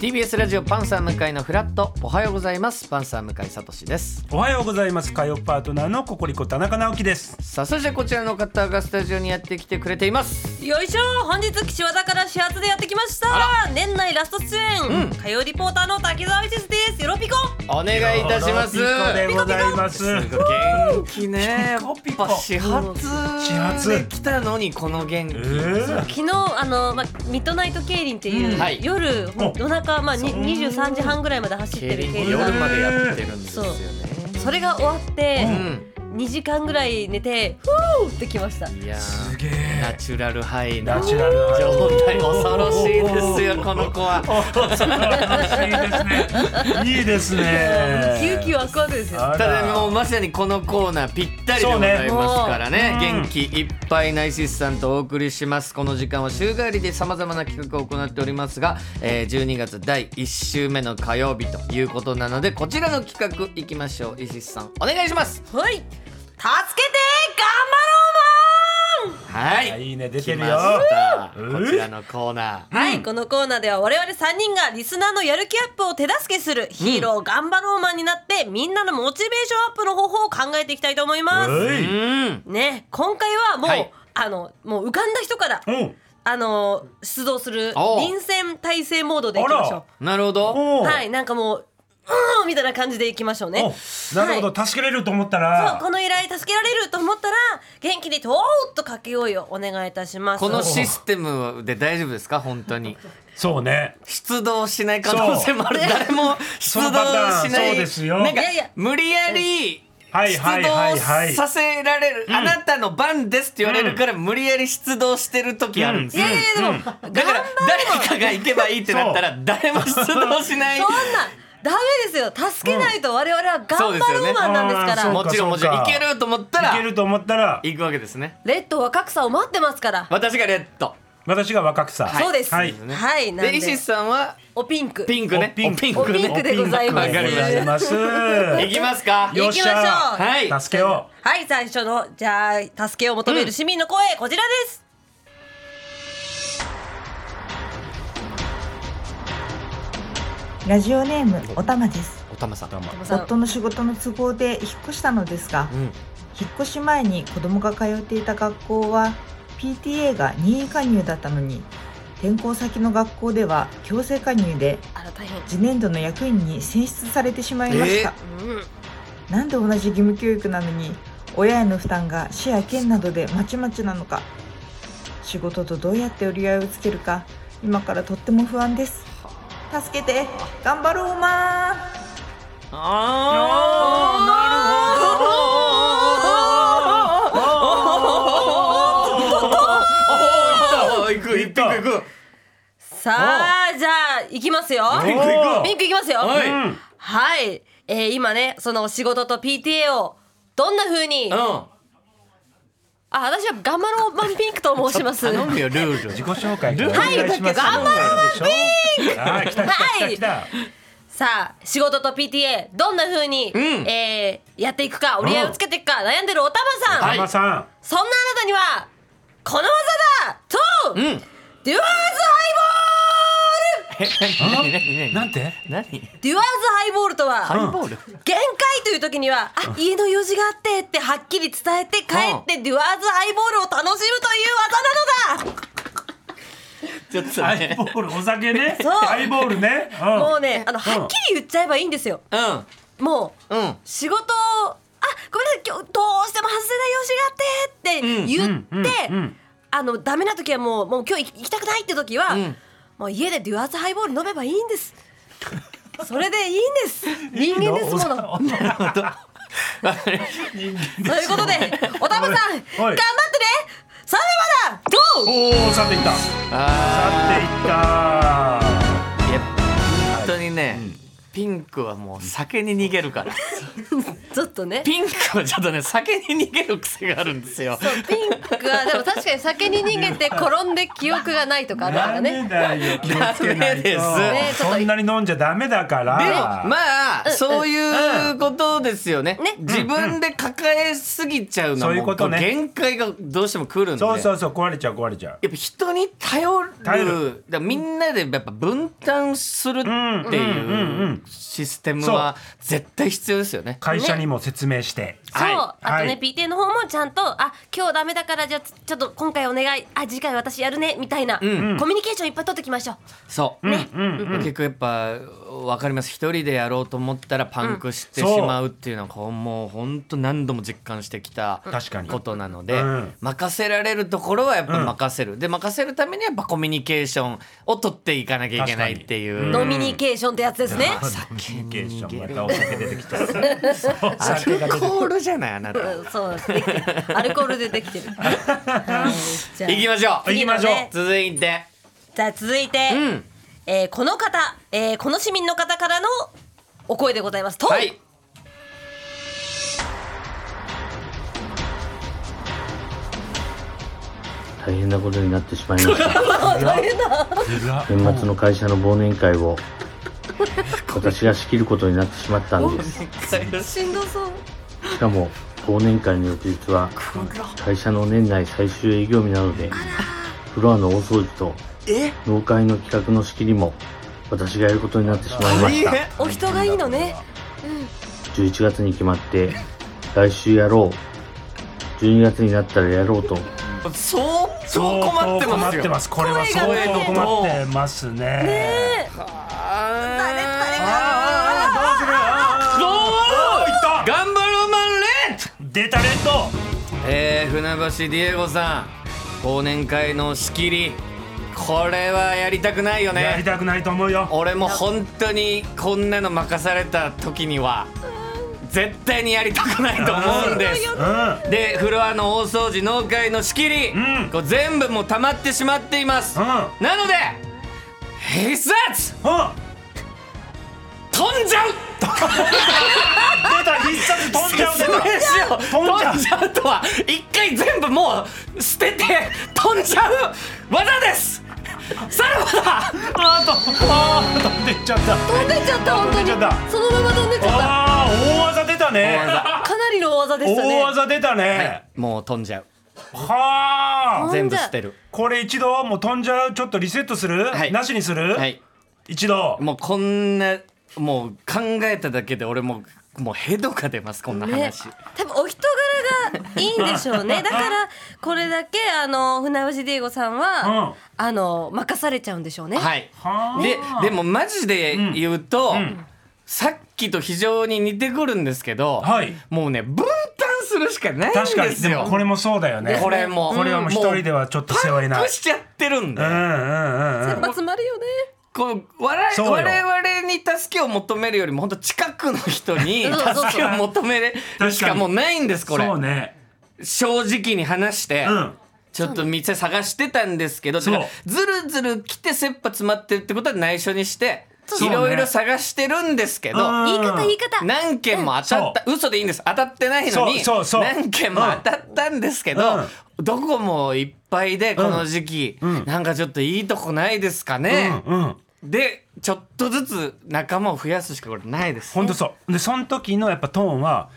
TBS ラジオパンサー向井のフラットおはようございますパンサー向井聡ですおはようございます火曜パートナーのココリコ田中直樹ですさあそしてこちらの方がスタジオにやってきてくれていますよいしょ本日岸和田から始発でやってきました年内ラスト出演、うん火曜リポーターの滝沢一節ですよろぴこお願いいたしますコロピコでございます元気ねピコピコやっぱ始発発で来たのにこの元気、えー昨日あの、ま、ミッドナイト競輪っていう、うんはい夜ほんお夜中、まあ、にそう23時半ぐらいまで走って競る輪競に輪夜なまでやってるんですよねそれが終わってう、 2時間ぐらい寝てふーってきましたんいやーすげナえチュラルハイなナチュ状ラル態恐ろしいですよこの子はいいですねいいですねウキウキワクワクですよあただもうらまさにこのコーナーぴったりでございますからねそうねうん元気いっぱいナイシスさんとお送りしますこの時間は週替わりでさまざまな企画を行っておりますが、えー12月第1週目の火曜日ということなのでこちらの企画いきましょうイシスさんお願いしますはい助けて頑張ろうマンはい、いいね出てるよ来ましたうんこちらのコーナーはい、このコーナーでは我々3人がリスナーのやる気アップを手助けするヒーロー頑張ろうマンになってみんなのモチベーションアップの方法を考えていきたいと思います。ういうんね、今回はもう、はいあのもう浮かんだ人からうんあの出動するおう臨戦態勢モードでいきましょなるほどう。おーはい、なんかもううんみたいな感じでいきましょうね。おなるほど助けれると思ったそうらこの依頼助けられると思ったら元気にとーっと掛け声をお願いいたします。このシステムで大丈夫ですか本当にそうね出動しない可能性も あるそう誰も出そ動のパターンしないそうですよなんかいやいや無理やりはい出はいはいはい動させられる、あなたの番ですって言われるから、無理やり出動してる時あるんですいよ、やいやいやでも、うんうん頑張だからろう誰かが行けばいいってなったら誰も出動しないそんなダメですよ助けないと我々はそ頑うで張すよろねうマンなんですから、あーそもうちろんもちろんそ行うかけると思ったいらけると思ったら行くわけですねレッドは格差を待ってますから、私がレッド私が若草そうですははいい、ねなんででイシスさんはおピンクピンクねおピンクおピンおピンクでございますわかりましたます行きますかよよっし行きゃましょうはい助けよはい最初のじゃあ助けを求める市民の声、こちらですラジオネームおたまですおたまさん、うさん夫の仕事の都合で引っ越したのですがうん、引っ越し前に子供が通っていた学校は PTA が任意加入だったのに転校先の学校では強制加入であら大変次年度の役員に選出されてしまいました、うんなんで同じ義務教育なのに親への負担が市や県などでまちまちなのか仕事とどうやって折り合いをつけるか今からとっても不安です助けて頑張ろうまーああ、なるほど。おお、いく、いく、いく。さあじゃあ行きますよピンク、いおピンく。クいきますよはういんはいえー今ねその仕事と PTA をどんな風にあう私は頑張ろうマンピンクと申しますん。頼むよ、ルール。自己紹介ルールお願いしますはい頑でしょあー来た来た来た来たさあ仕事と PTA どんな風に、んえーやっていくか折り合いをつけていくか悩んでるおたまさん、はいママさんそんなあなたにはこの技だと、うん。デュアーズハイボー何、何、なんて何。ルデュアーズハイボールとは、ハイボール。限界という時にはあ家の用事があってってはっきり伝えて帰ってデュアーズハイボールを楽しむという技なのだちょっとハイねボ。ールお酒ねそうハイボールねうんもうねあのはっきり言っちゃえばいいんですようん。もううん。仕事をあごめんなさい今日どうしても外せない用事があってって言って、うんうんうんあのダメな時はもうもう今日行きたくないって時は、んもう家でデュアーズハイボール飲めばいいんですそれでいいんです人間ですものおと人間いうことでおたまさん頑張ってねおいそれまだゴーおお去っていった去っていあっあ、たいや、本当にね。ピンクはもう酒に逃げるから。ちょっとねピンクはちょっとね酒に逃げる癖があるんですよそうピンクはでも確かに酒に逃げて転んで記憶がないとかあるからダねメだよ気をつけなダメいですねちとょっとそんなに飲んじゃダメだでかもらまあ、そういうことですよね,、自分で抱えすぎちゃうのそはういうもこうことうね限界がどうしても来るんでそうそうそう壊れちゃう壊れちゃうやっぱ人に頼る頼るだからみんなでやっぱ分担するってうんうんうんういうんシステムは絶対必要ですよね。会社にも説明してそう、はいあとね、はい PTA の方もちゃんとあ今日ダメだからじゃあつちょっと今回お願いあ次回私やるねみたいな、んコミュニケーションいっぱい取ってきましょうそう、うんうんうん結構やっぱ分かります一人でやろうと思ったらパンクしてうんしまうっていうのはこうもうほんと何度も実感してきた確かにことなので、うん任せられるところはやっぱ任せる、で任せるためにはやっぱコミュニケーションを取っていかなきゃいけないっていう。確かノミニケーションってやつですね、コミュニケーションまたお酒出てきたそうアル酒が出てきコールじゃないあなた。うんそうですでき てるアルコールでできてる、はいじゃあ行きましょう行きましょう続いてじゃあ続いて、うんえーこの方、えーこの市民の方からのお声でございますと、はい大変なことになってしまいましたた年末の会社の忘年会を私が仕切ることになってしまったんですしんどそうしかも忘年会の翌日は会社の年内最終営業日なのでフロアの大掃除と納会の企画の仕切りも私がやることになってしまいましたお人がいいのね11月に決まって来週やろう12月になったらやろうとそうそう困ってますよすこれは相当困ってますねあどうするーあゴールーいった頑張ろうマンレッド出たレッドえー、船橋ディエゴさん忘年会の仕切りこれはやりたくないよやりねたくないと思うよ俺も本当にこんなの任された時には絶対にやりたくないと思うんですうんでフロアの大掃除農会の仕切り、うんこう全部もう溜まってしまっています、うんなので必殺うん飛んじゃう出た必殺飛んじゃう出説明しよう飛んじゃう飛んじゃうとは一回全部もう捨てて飛んじゃう技ですさらばだたあーとあー飛んでっちゃった飛んでっちゃった本当飛んでにっちゃったそのまま飛んでっちゃったああー大技出たねかなりの大技でした大ね技出たねもう飛んじゃうはあ全部捨てるこれ一度もう飛んじゃうちょっとリセットするはいなしにするはい一度もうこんなもう考えただけで俺もうもうヘドが出ますこんなね話、、多分お人柄がいいんでしょうねだからこれだけあの船橋ディエゴさんは、うんあの任されちゃうんでしょうね、はいはあででもマジで言うと、さっきと非常に似てくるんですけど、はいもうね分担するしかないん確かでにすでよもこれもそうだよねこれもこれはもう一人ではちょっと背負えなパンいクしちゃってるんで、うんうんうんうん集まるよねこう我そう々よ我々に助けを求めるよりも本当近くの人にそうそうそう助けを求めるしかもうないんですこれそうね正直に話して、うんちょっと店探してたんですけどそうだからずるずる来て切羽詰まってるってことは内緒にしてそういねろいろ探してるんですけど、うん言い方言い方何件も当たった、嘘でいいんです当たってないのにそうそうそう何件も当たったんですけど、どこもいっぱいでこの時期、うんなんかちょっといいとこないですかうねん、うんでちょっとずつ仲間を増やすしかこれないです本当そうでその時のやっぱトーンは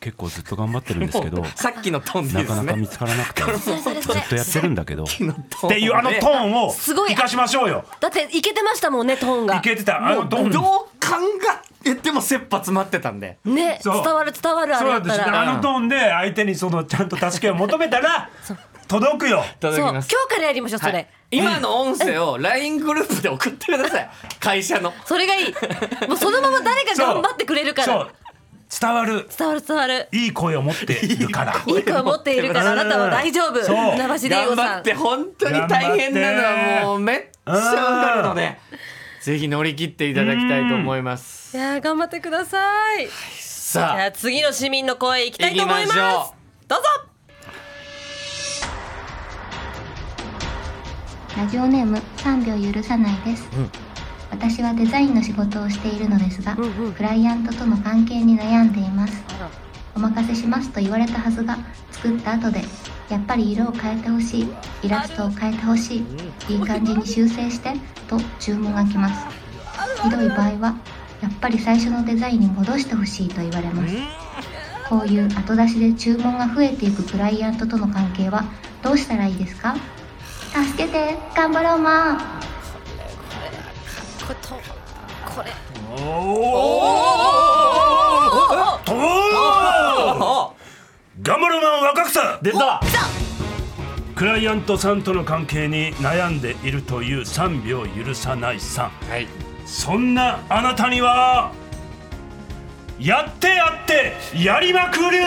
結構ずっと頑張ってるんですけどもうさっきのトーンでいないでかすなか見ねつからなくてずそれそれそれっとやってるんだけどっさっきのトーンでていうあのトーンをすごい生かしましょうよだっていけてましたもんねトーンいがけてたあものうトどうーン考えても切羽詰まってたんでねそう伝わる伝わるあそれうだっなんたですよらあのトーンで相手にそのちゃんと助けを求めたら届くよいただそうき今ます日からやりましょうそはれい、今の音声を LINE グループで送ってください会社のそれがいいもうそのまま誰かそう頑張ってくれるかそらう伝わる伝わる伝わるいい声を持っているからいい声持っているからあなたは大丈夫そう船橋デイゴさ頑張んって本当に大変なのはもうめっちゃわかるのでぜひ乗り切っていただきたいと思いますいやー頑張ってくださいじゃさあ次の市民の声いきたいと思い行きまましすょどうぞラジオネーム3秒許さないです、私はデザインの仕事をしているのですが、うんうんクライアントとの関係に悩んでいますあらお任せしますと言われたはずが作った後でやっぱり色を変えてほしいイラストを変えてほしいいい感じに修正してと注文が来ますひどい場合はやっぱり最初のデザインに戻してほしいと言われますこういう後出しで注文が増えていくクライアントとの関係はどうしたらいいですか助けて頑張ろうまーこれとこれと頑張るマン若草出たクライアントさんとの関係に悩んでいるという3秒許さないさんはいそんなあなたにはやってやってやりまくる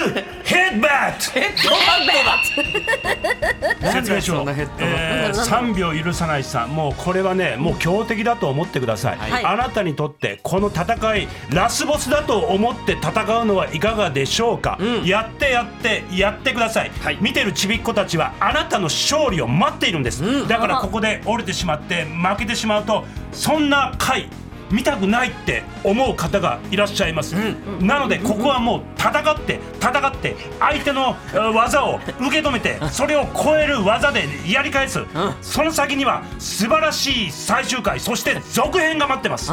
ヘッドバットヘッドバット説明しよなんだうよそんなヘッドバットえー3秒許さないさんもうこれはねもう強敵だと思ってください、はいあなたにとってこの戦いラスボスだと思って戦うのはいかがでしょうか、やってやってやってください、見てるちびっ子たちはあなたの勝利を待っているんです、だからここで折れてしまって負けてしまうとそんな回見たくないって思う方がいらっしゃいます、なのでここはもう戦って戦って相手のえー技を受け止めてそれを超える技でやり返す、その先には素晴らしい最終回そして続編が待ってます、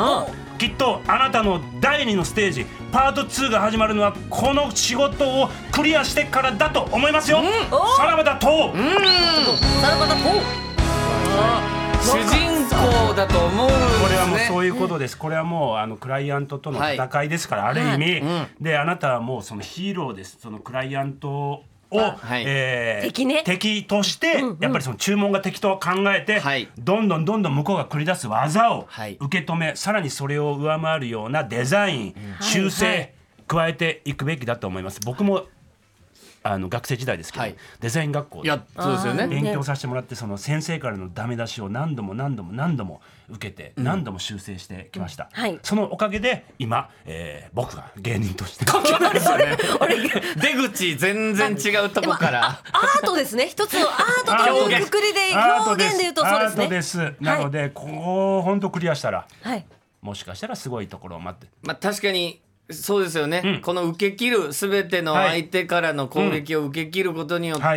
きっとあなたの第2のステージパート2が始まるのはこの仕事をクリアしてからだと思いますよ、さらばだと、さらばだと主人公だと思うんですねこれはもうそういうことです、これはもうあのクライアントとの戦いですから、ある意味、であなたはもうそのヒーローですそのクライアントを、はいえー敵ね敵として、やっぱりその注文が敵と考えて、はいどんどんどんどん向こうが繰り出す技をはい受け止め、さらにそれを上回るようなデザイン、修正、はいはい加えていくべきだと思います僕もあの学生時代ですけど、はいデザイン学校いでやそうですよね勉強させてもらってその先生からのダメ出しを何度も何度も何度も受けて何度も修正してきました、はいそのおかげで今、えー僕が芸人として 出口全然違うとこからアートですね一つのアートというくくりでアート表現で言うとそうですアートねですなので、ここを本当クリアしたらはいもしかしたらすごいところを待ってまあ確かにそうですよね、うんこの受け切る全てのはい相手からの攻撃を受け切ることによって、は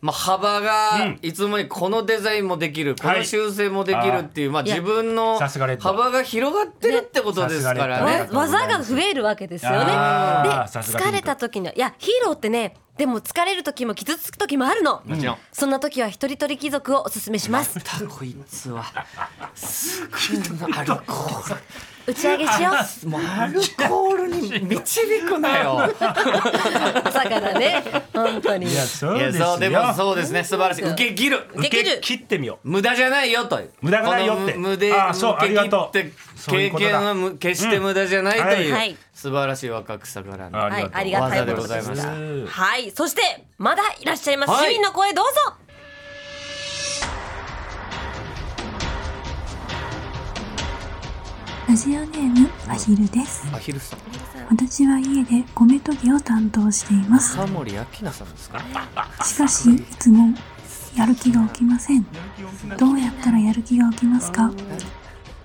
まあ、幅うがんいつもにこのデザインもできる、こはのい修正もできるっていう、まあ、いや自分のさすがレッド幅が広がってるってことですからさすがレねッドわ技が増えるわけですよね。であーさすがピン疲クれた時にはいやヒーローってねでも疲れる時も傷つく時もあるの。もちろんそんな時は一人鳥貴族をおすすめします。たこいつはすぐにアルコー打ち上げしよルもうアルコールに導くなよう。朝からね本当に。いや そういでやすよそうでもそうですね素晴らしい受け切る受できける切ってみよう無駄じゃないよという無駄がないよってこの無であーそう無ありがとう敵ってそう経いうことだ験はむ決して無駄じゃないという、うんはい素晴らしい若草からのあはいありががたたいいここととででししたた。うんはいそしてまだいらっしゃいます、はい市民の声どうぞ。ラジオネームアヒルです。アヒルさん私は家で米研ぎを担当しています。タモリアキナさんですかしかし、いつもやる気が起きません。どうやったらやる気が起きますか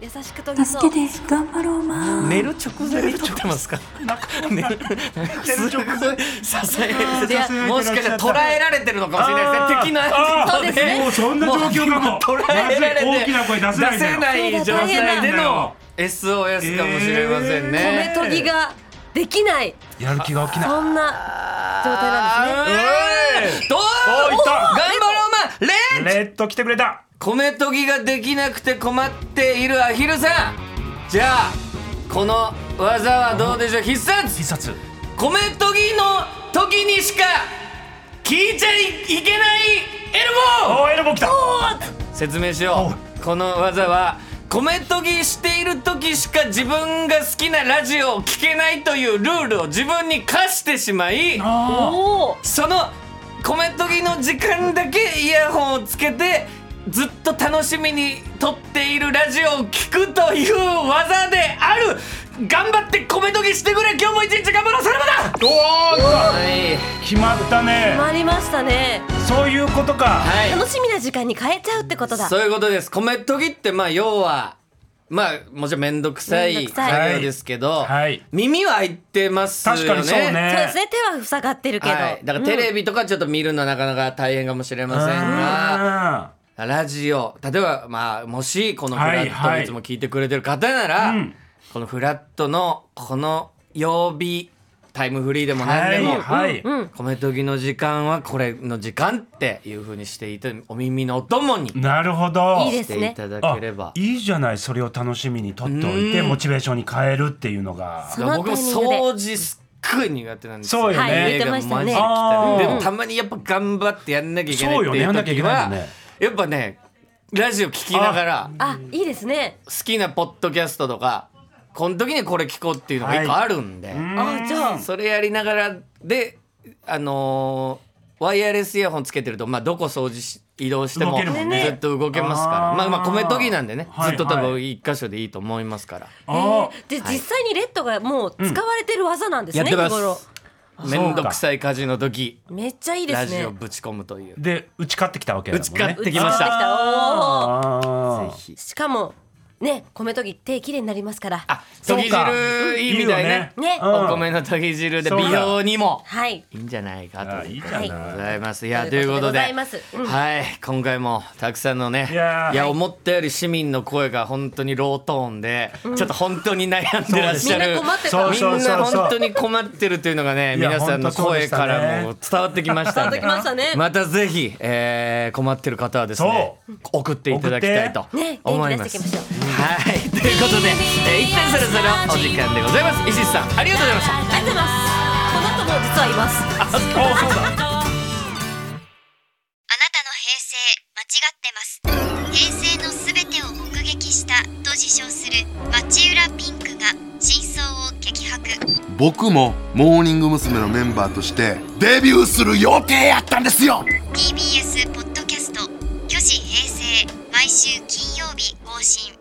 優しくとぎそう助けて、頑張ろうまー。寝る直前に撮ってますか寝る直前ささえもしかしたら捉えられてるのかもしれないですねあー敵のあ相ー手とねもうそんな状況かもう捉えられてまずい大きな声出せないんだよ出せない状態でそうだ大変だのよ SOS かもしれませんね、米研ぎができないやる気が起きないそんな状態なんですね。ですね。どうおーいった頑張ろうまレッレッド来てくれた米研ぎができなくて困っているアヒルさんじゃあこの技はどうでしょう必殺必殺米研ぎの時にしか聞いちゃいけないエルボーおーエルボー来た説明しようこの技は米研ぎしている時しか自分が好きなラジオを聴けないというルールを自分に課してしまいおおその米研ぎの時間だけイヤホンをつけてずっと楽しみに撮っているラジオを聞くという技である頑張って米研ぎしてくれ今日も一日頑張 ろうさらばだおー来たはい、決まったね決まりましたね。そういうことかはい、楽しみな時間に変えちゃうってことだ。そういうことです米研ぎってまあ要はまあもちろん面倒くさめんいどくさい作業ですけど、はい耳は開いてますよね確かにそうねそうですね手は塞がってるけど、はい、だからテレビとかちょっと見るのはなかなか大変かもしれませんが、ラジオ例えばまあもしこのフラットはいをはいいつも聞いてくれてる方なら、うんこのフラットのこの曜日タイムフリーでも何でも、はいはいうん米研ぎの時間はこれの時間っていうふうにしていてお耳のお供にうんなるほどいいですしていただければあ。いいじゃないそれを楽しみにとっておいてうんモチベーションに変えるっていうのがその僕もタイミングで掃除すっごい苦手なんですそうよねはい家言ってがましたねマジで汚いであーもたまにやっぱ頑張ってやんなきゃいけないってそうよねいやうんなきゃい時けないはよねやっぱねラジオ聞きながらあいいですね好きなポッドキャストとかこの時にこれ聞こうっていうのが一個あるんで、あじゃあそれやりながらであのーワイヤレスイヤホンつけてると、まあ、どこ掃除し移動しても動けるもんねずっと動けますからあーまあまあ米研ぎなんでね、はいずっと多は分一箇所でいいと思いますから、あで実際にレッドがもう使われてる技なんですやっね、て日ま頃す面倒くさい家事の時めっちゃいいでラすジオねぶち込むという。で打ち勝ってきたわけだもんね打ち勝ってき打まちし勝ってきた。たおーあーぜひしかもね米研ぎ手綺麗になりますからあ、そとうかぎ汁いいみたいね。ねうんお米のとぎ汁で美容にもはいいいんじゃないかあといいういこじとゃでないございます。いやということござでい。ます、うんはい今回もたくさんのねいいややー思ったより市民の声が本当にロートーンで、ちょっと本当に悩んでらっしゃみんるな困ってたそうみそんうそなうそう本当に困ってるというのがねいや皆さんの本当そうで声したかねらも伝わってきましたんで伝わってきましたねたぜひ、えー困ってる方はですね送っていただきたいとね思元い気ま出してす。いきましょうはいということで、えー、一点それぞれのお時間でございます石井さんありがとうございました。ありがとうございますこの後も実はいますあそうだあなたの平成間違ってます平成のすべてを目撃したと自称する町浦ピンクが真相を激白僕もモーニング娘。のメンバーとしてデビューする予定やったんですよ TBS ポッドキャスト「巨子平成」毎週金曜日更新